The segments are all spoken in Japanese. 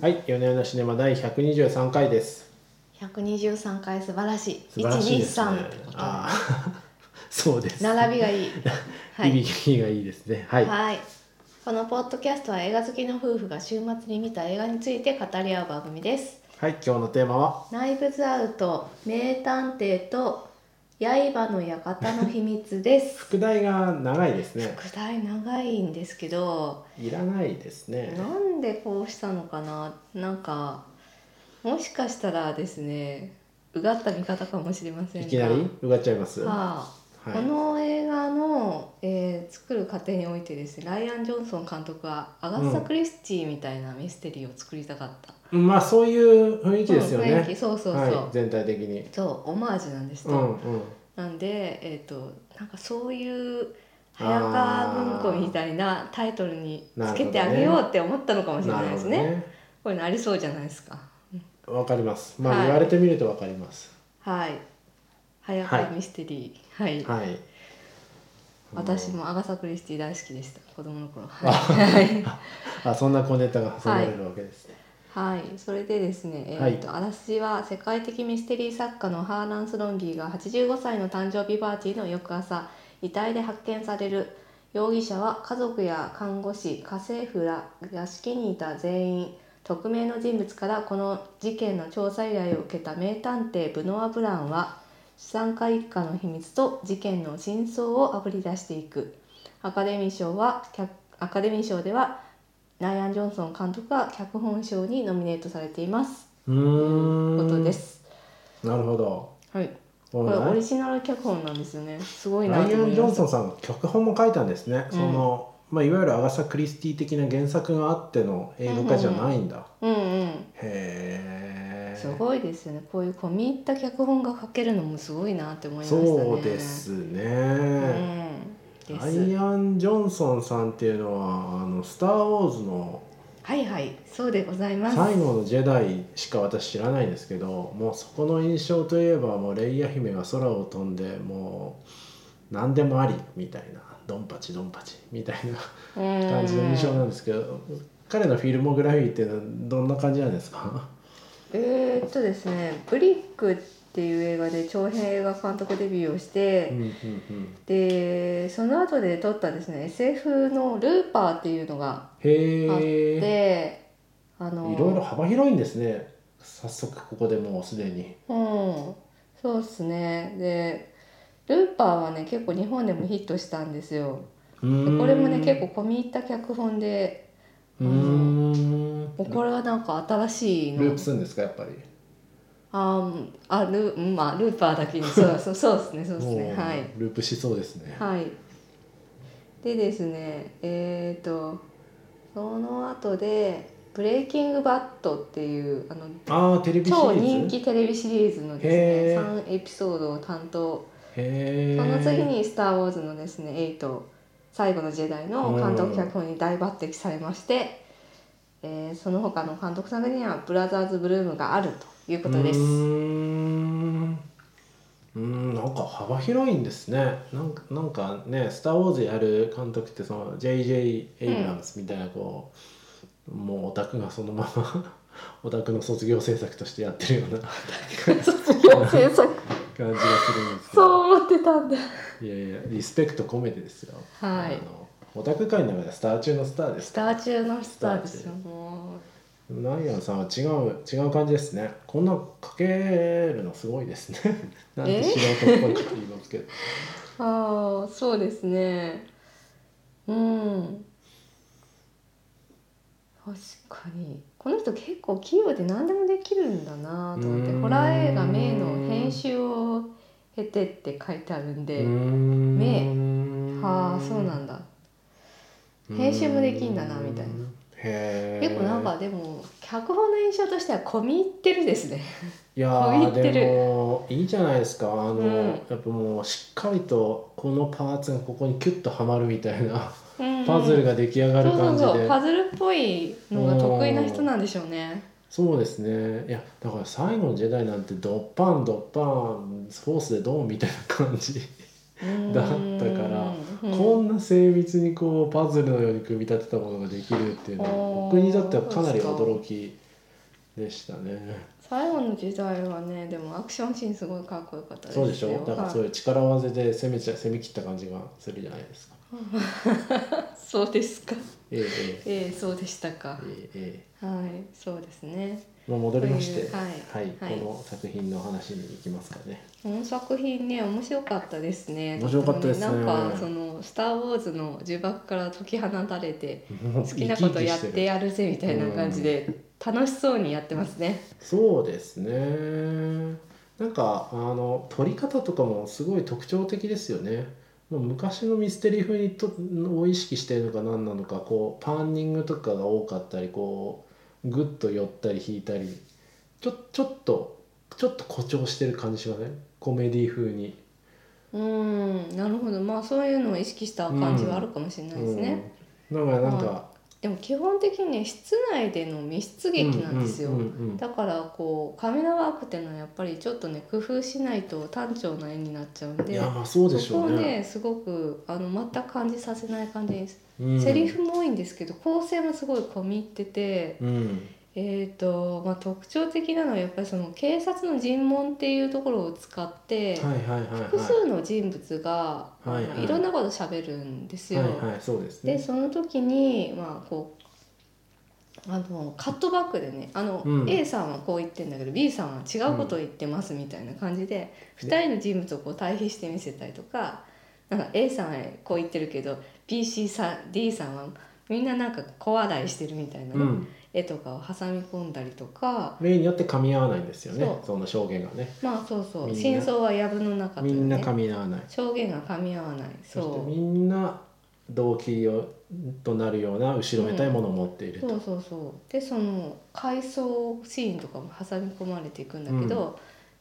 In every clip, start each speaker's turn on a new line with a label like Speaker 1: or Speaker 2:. Speaker 1: はい、夜な夜なシネマ第123回です。
Speaker 2: 123回素晴らしい。
Speaker 1: 素晴らしいですね。
Speaker 2: 123ってこと
Speaker 1: ああ、 そうです。、
Speaker 2: 並びがいい。はい い。
Speaker 1: 響きがいいですね。はい。
Speaker 2: はい。このポッドキャストは映画好きの夫婦が週末に見た映画について語り合う番組です。
Speaker 1: はい、今日のテーマは、
Speaker 2: ナイブズアウト、名探偵と刃の館の秘密です。
Speaker 1: 副題が長いですね。
Speaker 2: 副題長いんですけど、
Speaker 1: いらないですね。
Speaker 2: なんでこうしたのかな。なんかもしかしたらですね、うがった見方かもしれません
Speaker 1: い
Speaker 2: が。
Speaker 1: きなりうがっちゃいます。は。
Speaker 2: はいこの映画の、えー作る過程においてですねライアン・ジョンソン監督はアガサ・クリスティみたいなミステリーを作りたかった、
Speaker 1: まあそういう雰囲気ですよ
Speaker 2: うん雰囲気
Speaker 1: ね。
Speaker 2: そうそうそう、
Speaker 1: はい、全体的に。
Speaker 2: そうオマージュなんですと、
Speaker 1: うんうん。
Speaker 2: なんでえっ、となんかそういう早川文庫みたいなタイトルにつけてあげようって思ったのかもしれないですね
Speaker 1: ね。
Speaker 2: こういうのありそうじゃないですか
Speaker 1: わかります。まあ、
Speaker 2: はい
Speaker 1: 言われてみるとわかります。
Speaker 2: はい早川ミステリーはい、
Speaker 1: はい。
Speaker 2: 私
Speaker 1: も。
Speaker 2: もアガサ・クリスティ大好きでした子供 の頃はい
Speaker 1: あ、そんな小ネタが挟まれるわけですね。
Speaker 2: はい、それでですね、え
Speaker 1: はい
Speaker 2: ーとあらすじは世界的ミステリー作家のハーラン・スロンギーが85歳の誕生日パーティーの翌朝遺体で発見される容疑者は家族や看護師家政婦ら屋敷にいた全員匿名の人物からこの事件の調査依頼を受けた名探偵ブノア・ブランは資産家一家の秘密と事件の真相をあぶり出していくアカデミー賞は脚アカデミー賞ではライアン・ジョンソン監督が脚本賞にノミネートされています
Speaker 1: うーん。
Speaker 2: ことで。す
Speaker 1: なるほど。
Speaker 2: はい
Speaker 1: こ
Speaker 2: これオリジナル脚本なんですよねすごい
Speaker 1: ラ
Speaker 2: な
Speaker 1: イ
Speaker 2: と
Speaker 1: ア
Speaker 2: 思
Speaker 1: ン・
Speaker 2: い
Speaker 1: ジョ
Speaker 2: ま
Speaker 1: ン
Speaker 2: し
Speaker 1: ソ
Speaker 2: た
Speaker 1: ンさんが脚本も書いたんですね、
Speaker 2: う
Speaker 1: そ
Speaker 2: ん
Speaker 1: のまあ、いわゆるアガサ・クリスティ的な原作があっての映画化じゃないんだ、
Speaker 2: うんうん
Speaker 1: へえ
Speaker 2: すごいですよねこういう込み入った脚本が書けるのもすごいなって思いましたね
Speaker 1: そうですね、
Speaker 2: うんで
Speaker 1: ライ
Speaker 2: す
Speaker 1: アン・ジョンソンさんっていうのは「あのスター・ウォーズ」の
Speaker 2: はいはいそうでござ
Speaker 1: 「
Speaker 2: います
Speaker 1: 最後のジェダイ」しか私知らないんですけどもうそこの印象といえばもうレイヤ姫が空を飛んでもう何でもありみたいなドンパチドンパチみたいな感
Speaker 2: 感
Speaker 1: じの印象なんですけど、彼のフィルモグラフィーっていうのはどんな感じなんですか
Speaker 2: えーっとですね「ブリック」っていう映画で長編映画監督デビューをして、
Speaker 1: うんうんうん
Speaker 2: でその後で撮ったですね SF の「ルーパー」っていうのがあっ
Speaker 1: へえ
Speaker 2: て、あの
Speaker 1: いろいろ幅広いんですね早速ここでもうすでに
Speaker 2: うんそうっすねでルーパーはね結構日本でもヒットしたんですよ
Speaker 1: こ
Speaker 2: でこれもね結構込み入った脚本で
Speaker 1: うーん
Speaker 2: もうこれはなんか新しい
Speaker 1: ルー
Speaker 2: の
Speaker 1: プするんですかやっぱり
Speaker 2: あーあル,、うんまあ、ルーパーだけにそうそうそうで すねそうですね
Speaker 1: もう
Speaker 2: はい
Speaker 1: ループしそうですね
Speaker 2: はい。でですね、えっ、とその後でブレイキングバットっていうあの
Speaker 1: ああテレビシリー
Speaker 2: 超
Speaker 1: ズ
Speaker 2: 人気テレビシリーズの
Speaker 1: へ
Speaker 2: ですね、
Speaker 1: ー
Speaker 2: 3エピソードを担当。
Speaker 1: へえ
Speaker 2: その次にスターウォーズのですね、エイト最後の時代の監
Speaker 1: う
Speaker 2: 督
Speaker 1: ん
Speaker 2: 脚本に大抜擢されまして、えーその他の監督さんにはブラザーズブルームがあるということです。
Speaker 1: うーんうーんなんか幅広いんですねなんかなんかね「スター・ウォーズ」やる監督ってその J.J. エイブラムスみたいなこう、もうオタクがそのまま オタクの卒業制作としてやってるよ うな
Speaker 2: 卒業制作
Speaker 1: 感じがするんですけど
Speaker 2: そう思ってたんだ。
Speaker 1: いやいやリスペクト込めてですよ、
Speaker 2: はい
Speaker 1: あのオタク界の中ではスター中のスターで
Speaker 2: ス
Speaker 1: す
Speaker 2: ター中のスターですよ。もう
Speaker 1: ナイアンさんは違う違う感じですねこんなかけるのすごいですね なんて素人っぽいこと言いますけど
Speaker 2: ああそうですねうん確かにこの人結構器用で何でもできるんだなと思っ
Speaker 1: う
Speaker 2: て
Speaker 1: ーん
Speaker 2: ホラー映画「名」の編集を経てって書いてあるんで目
Speaker 1: 目
Speaker 2: はあそうなんだ編集もできんだなみたいな
Speaker 1: へえ
Speaker 2: 結構なんかでも脚本の印象としては込み入ってるですね
Speaker 1: いや
Speaker 2: こ
Speaker 1: ー
Speaker 2: う言ってる
Speaker 1: でもいいじゃないですかあの、
Speaker 2: うん
Speaker 1: やっぱもうしっかりとこのパーツがここにキュッとはまるみたいな
Speaker 2: うんうん
Speaker 1: パズルが出来上がる感じで、
Speaker 2: そうそうそうパズルっぽいのが得意な人なんでしょうね
Speaker 1: そうですねいやだから最後のジェダイなんてドッパンドッパンフォースでドンみたいな感じ、だったから
Speaker 2: うん
Speaker 1: こんな精密にこうパズルのように組み立てたものができるっていうのは
Speaker 2: おー
Speaker 1: 僕にとってはかなり驚きでしたね
Speaker 2: 最後の時代はねでもアクションシーンすごいかっこよかったです
Speaker 1: そ
Speaker 2: よ
Speaker 1: うでしょだからそういう力技で攻めちゃ攻め切った感じがするじゃないですか
Speaker 2: はいそうですか
Speaker 1: ええええ
Speaker 2: ええそうでしたか
Speaker 1: えええ
Speaker 2: はいそうですね
Speaker 1: えまあ、戻りまして、
Speaker 2: というはいはい
Speaker 1: この作品の話に行きますかね
Speaker 2: この作品ね面白かったですね
Speaker 1: 面白かったですね
Speaker 2: とてもなんかその「スター・ウォーズ」の呪縛から解き放たれて
Speaker 1: 好
Speaker 2: 好きなことやってやるぜみたいな感じで楽しそうにやってますね
Speaker 1: そうですねなんかあの撮り方とかもすごい特徴的ですよねもう昔のミステリー風にとを意識してるのか何なのかこうパーニングとかが多かったりこうグッと寄ったり引いたりちょちょっとちょっと誇張してる感じしませんコメディ風に、
Speaker 2: うんなるほどまあそういうのを意識した感じはあるかもしれないですね、
Speaker 1: うん、だからなんか、
Speaker 2: でも基本的にね室内での密室劇なんですよ、
Speaker 1: うんうんうんうん
Speaker 2: だからこうカメラワークっていうのはやっぱりちょっとね工夫しないと単調な絵になっちゃうん
Speaker 1: い
Speaker 2: で
Speaker 1: やまあそうでし
Speaker 2: そ
Speaker 1: ょ
Speaker 2: こを
Speaker 1: うね
Speaker 2: ねすごくあの全く感じさせない感じです、
Speaker 1: うん、
Speaker 2: セリフも多いんですけど構成もすごい込み入ってて、
Speaker 1: うん
Speaker 2: えーとまあ、特徴的なのはやっぱりその警察の尋問っていうところを使って、
Speaker 1: はいはいはいはい
Speaker 2: 複数の人物が、
Speaker 1: はいはい
Speaker 2: あのいろんなこと喋るんですよ。
Speaker 1: はいはいそうですね
Speaker 2: でその時にまあこうあのカットバックでねあの、
Speaker 1: うん
Speaker 2: A さんはこう言ってんだけど B さんは違うことを言ってますみたいな感じで、2人の人物をこう対比して見せたりとかなんか A さんはこう言ってるけど BC さん D さんはみんななんか小笑いしてるみたいな、
Speaker 1: うん
Speaker 2: 絵とかを挟み込んだりとか
Speaker 1: 例によって噛み合わないんですよね
Speaker 2: そ
Speaker 1: その証言がね
Speaker 2: まあそうそう
Speaker 1: みんな
Speaker 2: 真相は藪の中とい
Speaker 1: み
Speaker 2: うん
Speaker 1: な
Speaker 2: ね
Speaker 1: 噛み合わない
Speaker 2: 証言が噛み合わない
Speaker 1: そして
Speaker 2: そう
Speaker 1: みんな動機をとなるような後ろめたいものを持っていると、
Speaker 2: そうそうそうでその回想シーンとかも挟み込まれていくんだけど、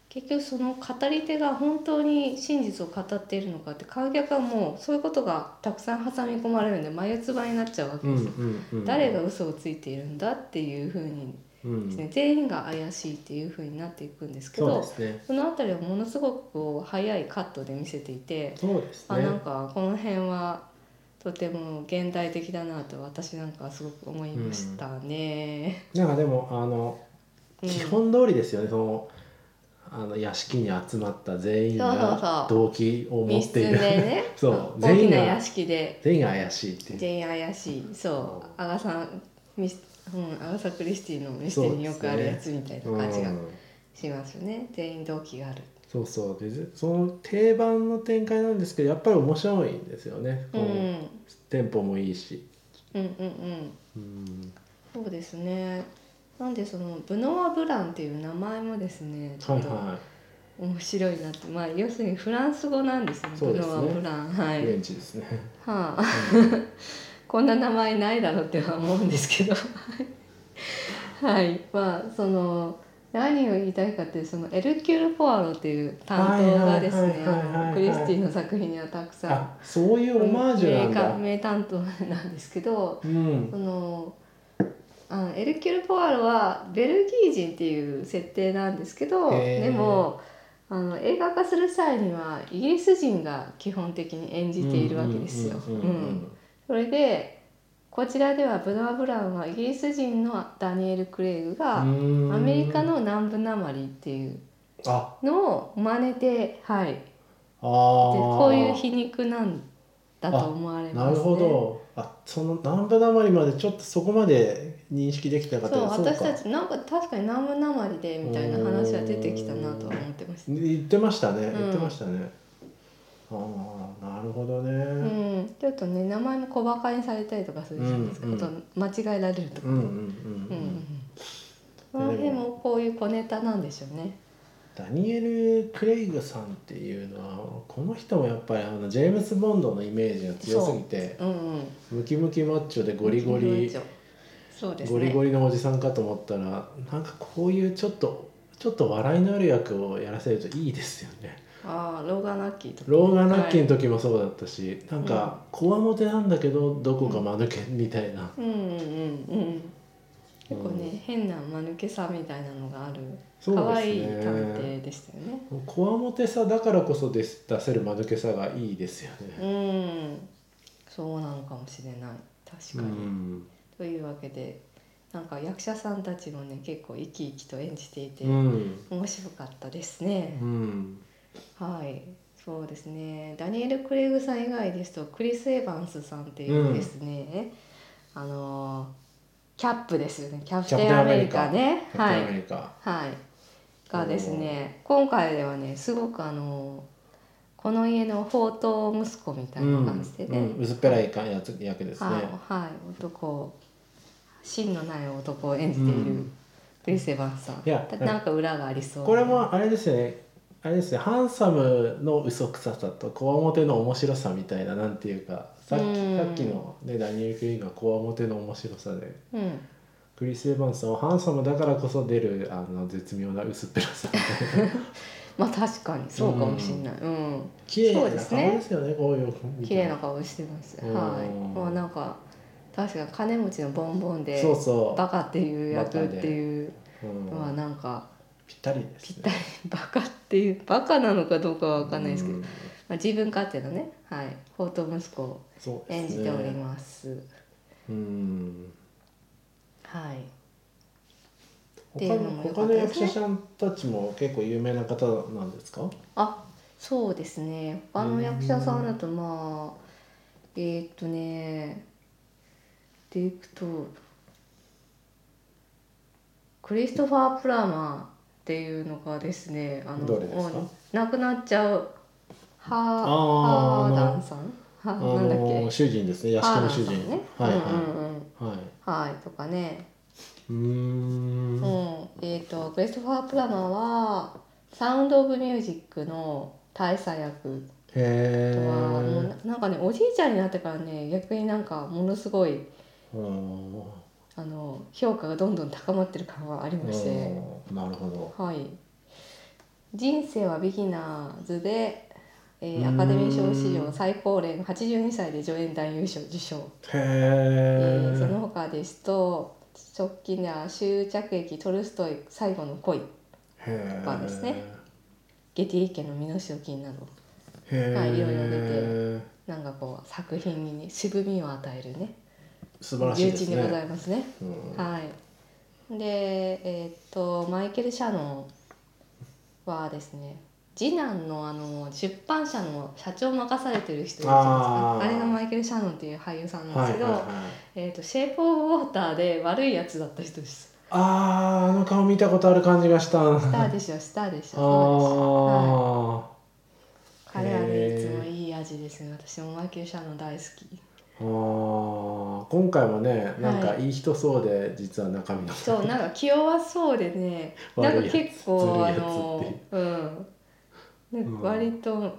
Speaker 2: 結局その語り手が本当に真実を語っているのかって観客はもうそういうことがたくさん挟み込まれるんで眉唾になっちゃうわけ
Speaker 1: うん
Speaker 2: で
Speaker 1: う
Speaker 2: す、
Speaker 1: んうん、
Speaker 2: 誰が嘘をついているんだっていうふうに
Speaker 1: うん、
Speaker 2: ですね、全員が怪しいっていうふうになっていくんですけ
Speaker 1: そう
Speaker 2: ど
Speaker 1: で
Speaker 2: そ
Speaker 1: すね
Speaker 2: の辺りはものすごくこう早いカットで見せていて、
Speaker 1: そうです
Speaker 2: あなん
Speaker 1: ね
Speaker 2: かこの辺はとても現代的だなと私なんかはすごく思いましたね。
Speaker 1: なんかでもあの
Speaker 2: うん
Speaker 1: 基本通りですよね、そのあの屋敷に集まった全員が
Speaker 2: そ
Speaker 1: 動機を持
Speaker 2: 密
Speaker 1: っ
Speaker 2: 室
Speaker 1: てい
Speaker 2: で
Speaker 1: る
Speaker 2: ね
Speaker 1: そう
Speaker 2: 大
Speaker 1: 全
Speaker 2: き
Speaker 1: 員
Speaker 2: な
Speaker 1: が
Speaker 2: 屋敷で
Speaker 1: 全員が怪しいっていう
Speaker 2: 全員怪しいそう阿賀さんミス、うん、アガサ・クリスティのミステリーによくあるやつみたいな感じが
Speaker 1: うん
Speaker 2: しますよね全員動機がある。
Speaker 1: そうそうでぜその定番の展開なんですけどやっぱり面白いんですよね、
Speaker 2: うん、
Speaker 1: こ
Speaker 2: う
Speaker 1: うんテンポもいいし、
Speaker 2: うんうん
Speaker 1: うん、
Speaker 2: そうですねなんでそのブノワ・ブランっていう名前もですねち
Speaker 1: は
Speaker 2: ょ
Speaker 1: い
Speaker 2: っと
Speaker 1: は
Speaker 2: 面白いなってまあ要するにフランス語なんですね
Speaker 1: そうですね
Speaker 2: ブノワ・ブランはいい、
Speaker 1: フレンチですね
Speaker 2: はあ こんな名前ないだろうっては思うんですけど はいまあその何を言いたいかっていうそのエルキュール・ポアロっていう担当がですね
Speaker 1: はいはいはいはいはい
Speaker 2: あのクリスティの作品にはたくさん
Speaker 1: あそういうオマージュなんだ
Speaker 2: 名名担当なんですけど
Speaker 1: うん
Speaker 2: そのあエルキュール・ポワロはベルギー人っていう設定なんですけど
Speaker 1: へー
Speaker 2: でもあの映画化する際にはイギリス人が基本的に演じているわけですよ。
Speaker 1: うんうん
Speaker 2: う
Speaker 1: うん
Speaker 2: んそれでこちらではブナー・ブラウンはイギリス人のダニエル・クレイグ
Speaker 1: う
Speaker 2: が
Speaker 1: んうん
Speaker 2: アメリカの南部なまりっていう
Speaker 1: あ
Speaker 2: のを真似てはいで
Speaker 1: あ
Speaker 2: こ
Speaker 1: こ
Speaker 2: ういう皮肉なんだと思われ
Speaker 1: な
Speaker 2: ますね。
Speaker 1: るほどあその南部なまりまでちょっとそこまで認識できてなかった
Speaker 2: そう
Speaker 1: か
Speaker 2: 私たちなんか確かに南部なまりでみたいな話は出てきたなとは思ってました。
Speaker 1: 言ってましたね、
Speaker 2: ん
Speaker 1: 言ってましたねああなるほどね、
Speaker 2: うん、ちょっとね名前も小バカにされたりとかするじゃないですか、
Speaker 1: うんうん
Speaker 2: あと間違えられるとか、
Speaker 1: うんうんうんん、
Speaker 2: うう
Speaker 1: うん
Speaker 2: ん、その辺もこういう小ネタなんでしょうね。
Speaker 1: ダニエル・クレイグさんっていうのはこの人もやっぱりあのジェームス・ボンドのイメージが強すぎて
Speaker 2: うんうん、
Speaker 1: ムキムキマッチョでゴリゴリ、
Speaker 2: そうですね
Speaker 1: ゴリゴリのおじさんかと思ったらなんかこういうちょっとちょっと笑いのある役をやらせるといいですよね。
Speaker 2: ああローガナッキーとか
Speaker 1: ローガン・ラッキーの時もそうだったし、なんかこわもてなんだけどどこか間抜けみたいな、
Speaker 2: うんうんうんうん結構ね、変な間抜けさみたいなのがある
Speaker 1: そう
Speaker 2: 可
Speaker 1: です
Speaker 2: 愛い探
Speaker 1: ね
Speaker 2: 偵でしたよね。
Speaker 1: こわもてさだからこそです出せる間抜けさがいいですよね。
Speaker 2: うんそうなのかもしれない確かに。
Speaker 1: うん
Speaker 2: というわけでなんか役者さんたちもね結構生き生きと演じていて、
Speaker 1: うん
Speaker 2: 面白かったですね
Speaker 1: う、ん
Speaker 2: はいそうですねダニエル・クレイグさん以外ですとクリス・エヴァンスさんっていうですね、あのーキャップですよねキャプテンアメリカね
Speaker 1: キャプ
Speaker 2: は
Speaker 1: テンアメ
Speaker 2: い
Speaker 1: リカ
Speaker 2: はいがですね今回ではねすごくあのーこの家の宝刀息子みたいな感じでね、
Speaker 1: うんうん、薄っぺらいかやつ役ですね、
Speaker 2: はい、はい、男を芯のない男を演じて
Speaker 1: う
Speaker 2: いる
Speaker 1: ん
Speaker 2: クリス・エヴァンスさん、
Speaker 1: いや
Speaker 2: だなんか裏がありそう
Speaker 1: これもあれですねあれですねハンサムの嘘くささとこわもての面白さみたいななんていうかさっき,、
Speaker 2: うん
Speaker 1: さっきの、ね、ダニエル・クリーンがこわもての面白さで
Speaker 2: うん
Speaker 1: クリス・エヴァンスはハンサムだからこそ出るあの絶妙な薄っぺらさみたいな
Speaker 2: まあ確かにそうかもしれない。うん、
Speaker 1: 綺麗な
Speaker 2: そ
Speaker 1: 顔
Speaker 2: う
Speaker 1: で
Speaker 2: ですね
Speaker 1: すよねこういう
Speaker 2: 綺麗な顔してます。
Speaker 1: うん
Speaker 2: はい。まあなんか確か金持ちのボンボンで
Speaker 1: そうそ
Speaker 2: バカっていう役っていう
Speaker 1: う、うん
Speaker 2: のはなんか
Speaker 1: ぴったりです
Speaker 2: ぴ
Speaker 1: ね
Speaker 2: ったりバカっていうバカなのかどうかはわかんないですけど、
Speaker 1: うん
Speaker 2: まあ自分勝手のね、はい、宝刀息子を
Speaker 1: そうですね
Speaker 2: 演じております。
Speaker 1: うん
Speaker 2: はい。って
Speaker 1: 他
Speaker 2: いう
Speaker 1: の
Speaker 2: のも良か
Speaker 1: 他
Speaker 2: った
Speaker 1: の
Speaker 2: です
Speaker 1: 役
Speaker 2: ね
Speaker 1: 者さんたちも結構有名な方なんですか
Speaker 2: あそうですね他の役者さんだとまあえーっとねでいくとクリストファー・プラマーっていうのがですねあの
Speaker 1: どれですか
Speaker 2: もう亡くなっちゃうハー
Speaker 1: あー
Speaker 2: ハーダンさんは
Speaker 1: あ
Speaker 2: なんだっ
Speaker 1: の
Speaker 2: け
Speaker 1: 主人ですね屋
Speaker 2: ハ
Speaker 1: 敷
Speaker 2: ーダ
Speaker 1: の主
Speaker 2: ンさん
Speaker 1: 人、
Speaker 2: ね
Speaker 1: はいはい、
Speaker 2: うんうんうん
Speaker 1: はい。
Speaker 2: はいとかね
Speaker 1: うーん。
Speaker 2: うん、えーっとクリストファー・プラマーは「サウンド・オブ・ミュージック」の大佐役
Speaker 1: へえ。
Speaker 2: はもうななんかねおじいちゃんになってからね逆になんかものすごい
Speaker 1: うん
Speaker 2: あの評価がどんどん高まってる感はありまして、
Speaker 1: うんなるほど。
Speaker 2: はい、人生はビギナーズで、えー
Speaker 1: うん
Speaker 2: アカデミー賞史上最高齢の82歳で助演男優賞受賞、
Speaker 1: へ
Speaker 2: え
Speaker 1: え
Speaker 2: ー。その他ですと直近では「終着駅トルストイ最後の恋
Speaker 1: へえ。
Speaker 2: とかですね。ゲティ家の身代金」など
Speaker 1: へえ。
Speaker 2: はいいろいろ出なんかこう作品に、ね、渋みを与えるね
Speaker 1: 素晴らしいです
Speaker 2: 重鎮でござ
Speaker 1: ね。
Speaker 2: いますね。
Speaker 1: うん
Speaker 2: はい。で、えーっとマイケル・シャノンはですね、次男のあの出版社の社長を任されてる人いるじゃないですか。あ
Speaker 1: あー
Speaker 2: れがマイケル・シャノンっていう俳優さんなんで
Speaker 1: はいは
Speaker 2: すけ
Speaker 1: い
Speaker 2: ど、
Speaker 1: はい。
Speaker 2: えーっとシェイプ・オブ・ウォーターで悪いやつだった人です。
Speaker 1: あーあの顔見たことある感じがした。あ
Speaker 2: スターでしょ、スターでしょ。
Speaker 1: あ
Speaker 2: そう
Speaker 1: ー。
Speaker 2: ですはい。彼はね
Speaker 1: へ
Speaker 2: い
Speaker 1: ー
Speaker 2: つもいい味ですね。私もマイケル・シャノン大好き。
Speaker 1: あー今回もねなんかいい人そうで実は中身の
Speaker 2: そうなんか気弱そうでね なん
Speaker 1: 悪い
Speaker 2: か
Speaker 1: やつ
Speaker 2: 結構あ
Speaker 1: ずるいやつ
Speaker 2: のうんなんか割と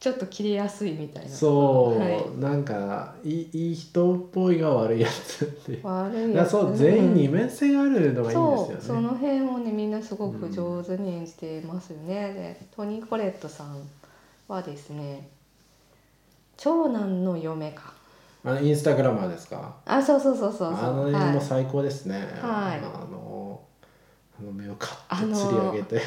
Speaker 2: ちょっと切れやすいみたいな、
Speaker 1: そう、
Speaker 2: はい
Speaker 1: なんかいいいい人っぽいが悪いやつっていう
Speaker 2: 悪い
Speaker 1: いや
Speaker 2: やつ
Speaker 1: そう全員二面性があるのがいいん
Speaker 2: そ
Speaker 1: で
Speaker 2: う
Speaker 1: すよ
Speaker 2: そ
Speaker 1: ね。
Speaker 2: の辺をねみんなすごく上手に演じてますよね、でトニー・コレットさんはですね長男の嫁か
Speaker 1: あのインスタグラマーですか。
Speaker 2: あそうそうそうそうそう
Speaker 1: あの辺
Speaker 2: はい
Speaker 1: も最高ですね。
Speaker 2: はい
Speaker 1: あのあの目をカ
Speaker 2: あ
Speaker 1: ッと
Speaker 2: の
Speaker 1: 釣り上げて、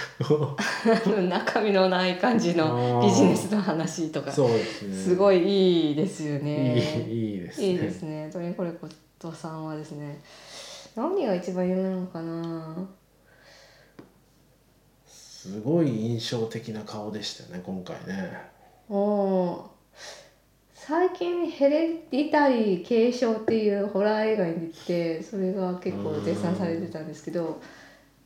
Speaker 2: あの中身のない 感じの
Speaker 1: あー
Speaker 2: ビジネスの話とか
Speaker 1: そうですね。
Speaker 2: すごいいいですよ
Speaker 1: い
Speaker 2: ね
Speaker 1: いいいですね。
Speaker 2: いいですね。トニコレコットさんはですね、何が一番有名なのかな。
Speaker 1: すごい印象的な顔でしたよね今回ね。
Speaker 2: おお。最近ヘレディタリー継承っていうホラー映画に出てそれが結構絶賛されてたんですけど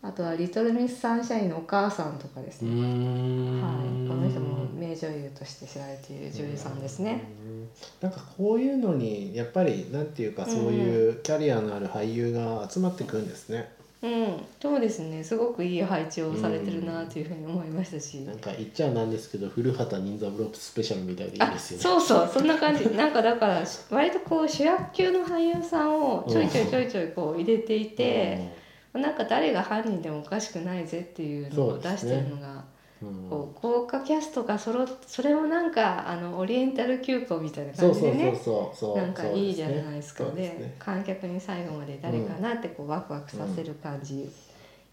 Speaker 2: あとは「リトル・ミス・サンシャイン」のお母さんとかです
Speaker 1: うー
Speaker 2: ね、
Speaker 1: ん。
Speaker 2: はい、この人も名女優として知られている女優さんですね。
Speaker 1: うん。なんかこういうのにやっぱりなんていうかそういうキャリアのある俳優が集まってくるんですね。
Speaker 2: うん、そうですねすごくいい配置をされてるなというふうに思いましたし、
Speaker 1: なんか言っちゃなんですけど古畑任三郎スペシャルみたいでいい
Speaker 2: あ
Speaker 1: ですよね。
Speaker 2: そうそうそんな感じなんかだから割とこう主役級の俳優さんをちょいちょいちょいちょいこう入れていて、なんか誰が犯人でもおかしくないぜっていうの
Speaker 1: そ
Speaker 2: を
Speaker 1: う
Speaker 2: 出
Speaker 1: で
Speaker 2: し
Speaker 1: す
Speaker 2: て
Speaker 1: ね
Speaker 2: るのが、
Speaker 1: うん、
Speaker 2: こう豪華キャストがそろっそれもなんかあのオリエンタル急行みたいな
Speaker 1: そ
Speaker 2: 感
Speaker 1: う
Speaker 2: じ
Speaker 1: そ
Speaker 2: で
Speaker 1: うそ
Speaker 2: ね
Speaker 1: うそうそう
Speaker 2: なんかいいじゃないですか
Speaker 1: そ
Speaker 2: ね
Speaker 1: うですね
Speaker 2: 観客に最後まで誰かなってこうワクワクさせる感じ、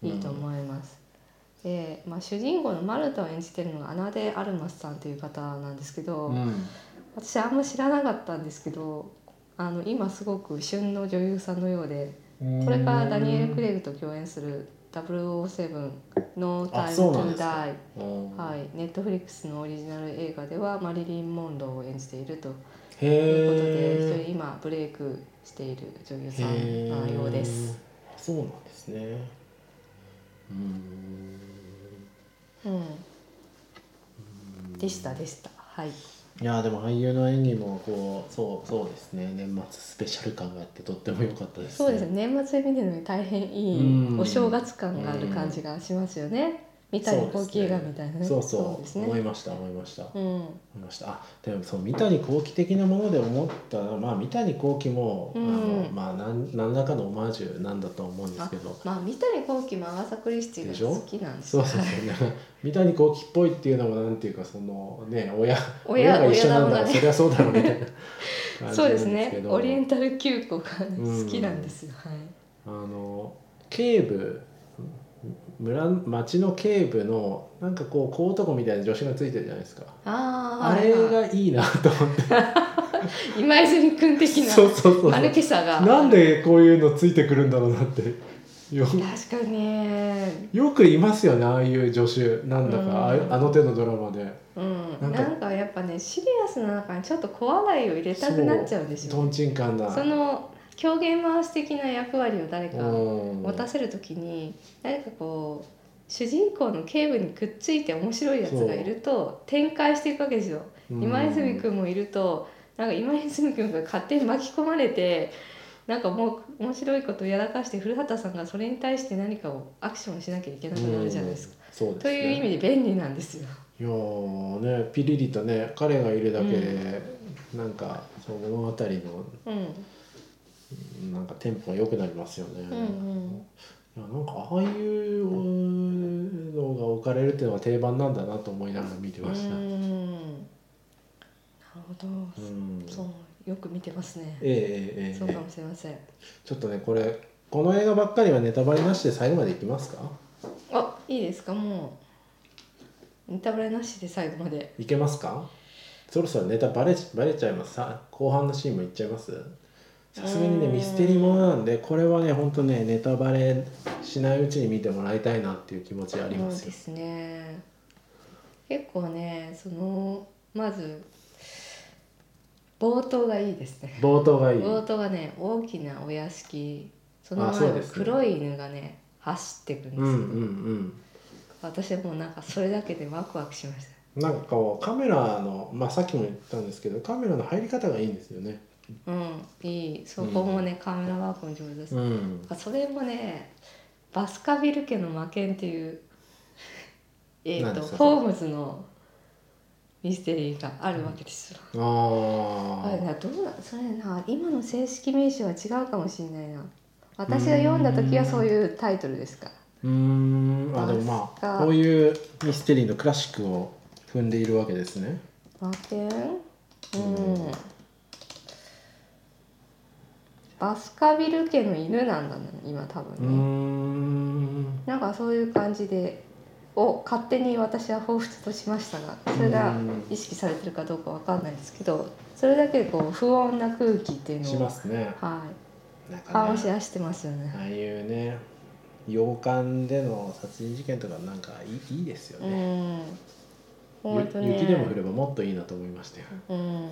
Speaker 1: うん
Speaker 2: いいと思います。でまあ、主人公のマルタを演じてるのがアナデ・アルマスさんという方なんですけど、
Speaker 1: うん
Speaker 2: 私あんま知らなかったんですけどあの今すごく旬の女優さんのようで
Speaker 1: う
Speaker 2: これからダニエル・クレイグと共演する007 No
Speaker 1: あそうなん
Speaker 2: Time
Speaker 1: で
Speaker 2: to
Speaker 1: すか
Speaker 2: Die
Speaker 1: うん
Speaker 2: はい、ネットフリックスのオリジナル映画ではマリリン・モンローを演じていると
Speaker 1: へ
Speaker 2: いうことで、非常
Speaker 1: え
Speaker 2: に今ブレイクしている女優さん
Speaker 1: へ
Speaker 2: の
Speaker 1: え
Speaker 2: ようです。
Speaker 1: そうなんですねうーん
Speaker 2: うん、でしたでした。はい、
Speaker 1: いやーでも俳優の演技もこうそうそうですね年末スペシャル感があってとっても良かったですね
Speaker 2: そうですね。年末で見るのに大変い
Speaker 1: うん
Speaker 2: いお正月感がある感じがしますよね。みたいな高級映画みたいなね。
Speaker 1: そうそう
Speaker 2: ですね。
Speaker 1: 思いました思いました、
Speaker 2: うん、
Speaker 1: 思いましたあでもそう三谷幸喜的なもので思ったのはまあ三谷幸喜も、
Speaker 2: うん
Speaker 1: あのまあなん何らかのオマージュなんだと思うんですけど
Speaker 2: まあ三谷幸喜もアガサクリステ
Speaker 1: で
Speaker 2: ィ
Speaker 1: しょ
Speaker 2: が好きなんです
Speaker 1: そう
Speaker 2: よ。
Speaker 1: そうそうなんか三谷幸喜っぽいっていうのもなんていうかそのね親
Speaker 2: 親
Speaker 1: が一緒なんだ
Speaker 2: 親
Speaker 1: そり
Speaker 2: 玉がね
Speaker 1: ゃそうだろうみたいな感じ
Speaker 2: そ
Speaker 1: な
Speaker 2: うんで
Speaker 1: ですすけ
Speaker 2: ね。
Speaker 1: ど
Speaker 2: オリエンタル急行が好きなんですよ。はい。
Speaker 1: あの警部村町の警部のなんかこう小男みたいな女子がついてるじゃないですか。
Speaker 2: あ
Speaker 1: あ
Speaker 2: ー
Speaker 1: れ
Speaker 2: はいは
Speaker 1: がいいなと思って。
Speaker 2: い今泉君的な
Speaker 1: そうそうそう。
Speaker 2: マヌケさが
Speaker 1: なんでこういうのついてくるんだろうなってよ
Speaker 2: 確かにね
Speaker 1: よくいますよねああいう助手なんだかあ
Speaker 2: うん
Speaker 1: あの手のドラマで
Speaker 2: うん
Speaker 1: な
Speaker 2: なんん
Speaker 1: か
Speaker 2: かやっぱねシリアスな中にちょっと小笑いを入れたくなっちゃうんでし
Speaker 1: と
Speaker 2: ょ
Speaker 1: んちんかんな
Speaker 2: その狂言回し的な役割を誰か
Speaker 1: うん
Speaker 2: 持たせるときに誰かこう主人公の警部にくっついて面白いやつがいると展開していくわけですよ
Speaker 1: うん
Speaker 2: 今泉君もいるとなんか今泉君が勝手に巻き込まれてなんかもう面白いことをやらかして古畑さんがそれに対して何かをアクションしなきゃいけなくなるじゃないですか。
Speaker 1: うんそうです
Speaker 2: と
Speaker 1: ね
Speaker 2: いう意味で便利なんですよ。
Speaker 1: いやーねピリリとね彼がいるだけで、なんかその物語の
Speaker 2: うん、
Speaker 1: なんかテンポが良くなりますよね。
Speaker 2: うんうん
Speaker 1: いやなんかああいうのが置かれるっていうのが定番なんだなと思いながら見て
Speaker 2: う
Speaker 1: ました。うん
Speaker 2: んなるほど、そうよく見てますね。
Speaker 1: ええええええ
Speaker 2: そうかもしれません。
Speaker 1: ちょっとねこれこの映画ばっかりはネタバレなしで最後までいきますか
Speaker 2: あいいですかもうネタバレなしで最後まで。
Speaker 1: いけますかそろそろネタバレバレちゃいますさ後半のシーンもいっちゃいますさすがにね
Speaker 2: うーん
Speaker 1: ミステリーものなんでこれはねほんとねネタバレしないうちに見てもらいたいなっていう気持ちありま
Speaker 2: そ
Speaker 1: す
Speaker 2: うで
Speaker 1: よ
Speaker 2: すね結構ねそのまず冒頭がいいですね
Speaker 1: 冒頭がいい
Speaker 2: 冒頭がね大きなお屋敷その
Speaker 1: あそ
Speaker 2: 前
Speaker 1: う
Speaker 2: を
Speaker 1: ですね
Speaker 2: 黒い犬がね走ってくるんです
Speaker 1: う
Speaker 2: よ
Speaker 1: んうんうん
Speaker 2: 私はもうなんかそれだけでワクワクしまし
Speaker 1: なんかこうカメラのまあさっきも言ったんですけどカメラの入り方がいいんですよね
Speaker 2: たうんいいそこもね、カメラワークも上手です、
Speaker 1: うん
Speaker 2: それもねバスカビル家の魔剣っていうえっ
Speaker 1: 何
Speaker 2: と
Speaker 1: ですか
Speaker 2: ホームズのミステリーがあるわけですよ、
Speaker 1: ああ
Speaker 2: あれなどうなそれな今の正式名称は違うかもしれないな私が読んだ時はそういうタイトルですか
Speaker 1: うーんあでもま
Speaker 2: バス
Speaker 1: あ
Speaker 2: が
Speaker 1: こういうミステリーのクラシックを踏んでいるわけですね
Speaker 2: 魔剣
Speaker 1: う
Speaker 2: うんんバスカビル家の犬なんだね今多
Speaker 1: うー
Speaker 2: 分ね
Speaker 1: ん
Speaker 2: なんかそういう感じでを勝手に私は彷彿としましたがそれが
Speaker 1: うん
Speaker 2: 意識されてるかどうかわかんないですけどそれだけでこう不穏な空気っていう
Speaker 1: し
Speaker 2: のを
Speaker 1: ますね
Speaker 2: はい
Speaker 1: なんか
Speaker 2: 醸し
Speaker 1: ね
Speaker 2: 出してますよね
Speaker 1: ああいうね洋館での殺人事件とかなんかいいいいですよ
Speaker 2: う
Speaker 1: ね,
Speaker 2: ん
Speaker 1: ゆ、
Speaker 2: 本当ね
Speaker 1: 雪でも降ればもっといいなと思いましたよ
Speaker 2: うん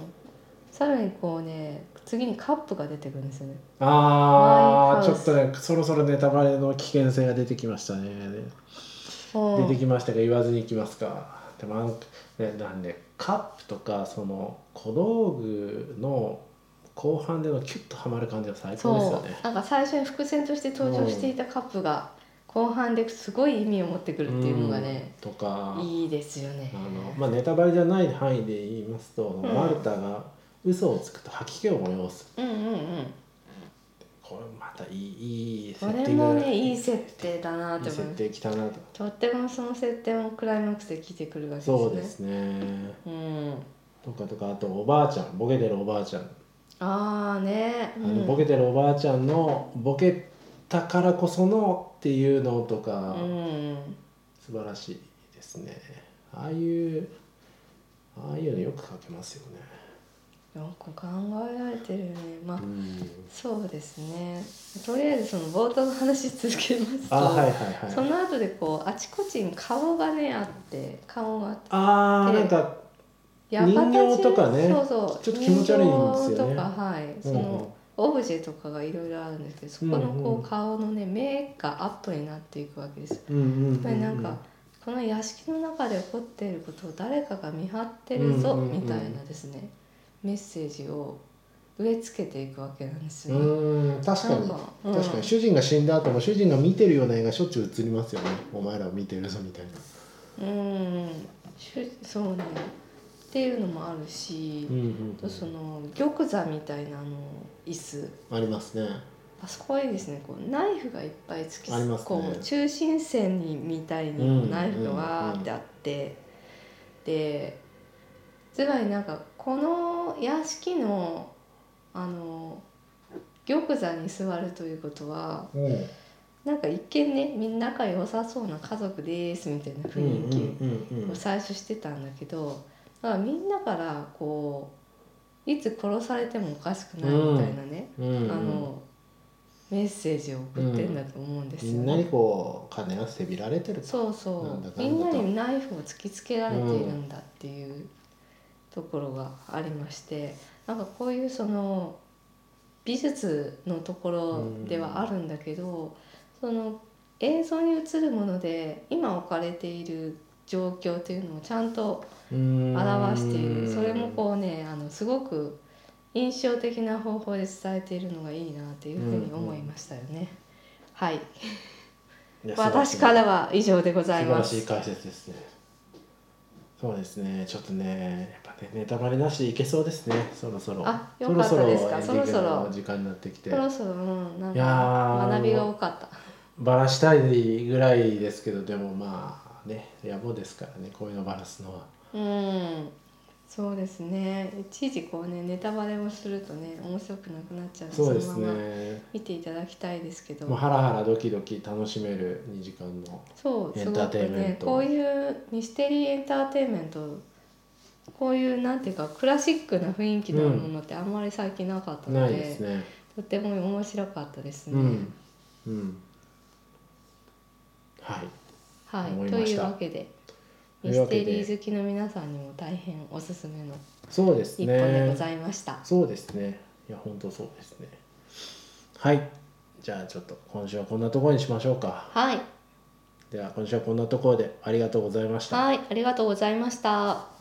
Speaker 2: さらにこうね次にカップが出てくるんですよね
Speaker 1: ああ
Speaker 2: マイ
Speaker 1: ち
Speaker 2: ハ
Speaker 1: ょ
Speaker 2: ウ
Speaker 1: っ
Speaker 2: ス
Speaker 1: とねそろそろネタバレの危険性が出てきましたね
Speaker 2: うん
Speaker 1: 出てきましたが言わずにいきますかでもなんかねなんでカップとかその小道具の後半でのキュッとはまる感じが最高ですよ
Speaker 2: そ
Speaker 1: ね
Speaker 2: うなんか最初に伏線として登場していたカップが後半ですごい意味を持ってくるっていうのがね、
Speaker 1: うんとか
Speaker 2: いいですよね
Speaker 1: あの、まあ、ネタバレじゃない範囲で言いますと、
Speaker 2: ん
Speaker 1: マルタが嘘をつくと吐き気を催す
Speaker 2: うんうんうん
Speaker 1: これまたいいいいセ
Speaker 2: こ
Speaker 1: ッ
Speaker 2: れ
Speaker 1: ティング
Speaker 2: もねいい設定だなっ
Speaker 1: いい
Speaker 2: て
Speaker 1: 設
Speaker 2: 思います
Speaker 1: 定きたなと
Speaker 2: とってもその設定もクライマックスで聞いてくるわけですね
Speaker 1: そうですね
Speaker 2: うん
Speaker 1: とかとかあとおばあちゃんボケてるおばあちゃん
Speaker 2: ああね、う
Speaker 1: あの
Speaker 2: ん、
Speaker 1: ボケてるおばあちゃんのボケたからこそのっていうのとか、
Speaker 2: うん
Speaker 1: 素晴らしいですねああいうああいうのよく書けますよね
Speaker 2: よく考えられてるよねまあ、
Speaker 1: うん
Speaker 2: そうですねとりあえずその冒頭の話続けますと、
Speaker 1: あはいはいはい
Speaker 2: その後でこうあちこちに顔がねあって顔があって
Speaker 1: あー
Speaker 2: テレ
Speaker 1: な
Speaker 2: ビ
Speaker 1: んか
Speaker 2: 八幡
Speaker 1: 人
Speaker 2: 中
Speaker 1: 形とかね
Speaker 2: そうそう
Speaker 1: ちょっと気持ち悪いんですよね
Speaker 2: 人形とかはいその、オブジェとかがいろいろあるんですけどそこの
Speaker 1: うん
Speaker 2: こ
Speaker 1: うん
Speaker 2: う顔のね目がアップになっていくわけです
Speaker 1: うんうんうんうん
Speaker 2: やっぱりなんかこの屋敷の中で起こっていることを誰かが見張ってるぞ
Speaker 1: うんうんうん
Speaker 2: みたいなですねメッセージを植え付けていくわけなんです
Speaker 1: う
Speaker 2: よね。
Speaker 1: ん確か
Speaker 2: なん
Speaker 1: に
Speaker 2: かうん
Speaker 1: 確かに主人が死んだ後も主人が見てるような映画しょっちゅう映りますよねお前らを見てるぞみたいな
Speaker 2: うんしゅそうねっていうのもあるし
Speaker 1: うん、うん
Speaker 2: あ
Speaker 1: う
Speaker 2: と
Speaker 1: ん
Speaker 2: その玉座みたいなあの椅子
Speaker 1: ありますね
Speaker 2: あそこはいいですねこうナイフがいっぱい突き
Speaker 1: ありますね
Speaker 2: こう中心線にみたいにナイフがわーってあって、でつまりなんかこの屋敷のあの玉座に座るということは
Speaker 1: うんうん
Speaker 2: なんか一見ねみんな仲良さそうな家族ですみたいな
Speaker 1: うん
Speaker 2: 雰囲気。
Speaker 1: うんうん
Speaker 2: 最初してたんだけどだからみんなからこういつ殺されてもおかしくないみたいなね、
Speaker 1: うん
Speaker 2: あのメッセージを送ってんだと思うんです
Speaker 1: み
Speaker 2: よ、ね
Speaker 1: んなにこう金がせびられてる
Speaker 2: そうそう
Speaker 1: なんだかんだと
Speaker 2: みんなにナイフを突きつけられているんだっていうところがありまして、なんかこういうその美術のところではあるんだけど、その映像に映るもので今置かれている状況というのをちゃんと表
Speaker 1: 表
Speaker 2: しているそれもこうねあのすごく印象的な方法で伝えているのがいいなっていうふうに思いましたよね。はい、
Speaker 1: う
Speaker 2: 私から
Speaker 1: は
Speaker 2: は以上でございま
Speaker 1: 素晴
Speaker 2: す。
Speaker 1: らしい解説ですねそうですねちょっとねやっぱねネタバレなしでいけそうですねそろそろ
Speaker 2: あよかったですか
Speaker 1: そろそろエンディン
Speaker 2: そろそ
Speaker 1: グ
Speaker 2: ろ
Speaker 1: の時間になってきて
Speaker 2: そろそろ、うん、なん
Speaker 1: いや
Speaker 2: か
Speaker 1: ー
Speaker 2: 学びが多かった。
Speaker 1: バラしたいぐらいですけどでもまあね野望ですからねこういうのバラすのは
Speaker 2: うん、そうですね。いちいちこうねネタバレをするとね面白くなくなっちゃうので
Speaker 1: そうです
Speaker 2: のまま
Speaker 1: ね
Speaker 2: 見ていただきたいですけど。
Speaker 1: もうハラハラドキドキ楽しめる2時間の
Speaker 2: そう
Speaker 1: エ
Speaker 2: す
Speaker 1: ン
Speaker 2: ご
Speaker 1: ター
Speaker 2: く
Speaker 1: テインメン
Speaker 2: ね
Speaker 1: ト
Speaker 2: こういうミステリーエンターテインメントこういうなんていうかクラシックな雰囲気のものってあんまり最近なかったの
Speaker 1: ない
Speaker 2: で,、
Speaker 1: ですね
Speaker 2: とても面白かったですね。
Speaker 1: うんうんはい
Speaker 2: は
Speaker 1: 思
Speaker 2: い、
Speaker 1: い
Speaker 2: と
Speaker 1: ま
Speaker 2: い
Speaker 1: し
Speaker 2: う
Speaker 1: た
Speaker 2: わけで
Speaker 1: と
Speaker 2: ミ
Speaker 1: いうわ
Speaker 2: ス
Speaker 1: けで
Speaker 2: テリー好きの皆さんにも大変おすすめの
Speaker 1: そうです
Speaker 2: 一
Speaker 1: ね
Speaker 2: 本でございました。
Speaker 1: そうですねいや本当そうですねはいじゃあちょっと今週はこんなところにしましょうか
Speaker 2: はい、
Speaker 1: では今週はこんなところでありがとうございました
Speaker 2: はい、ありがとうございました。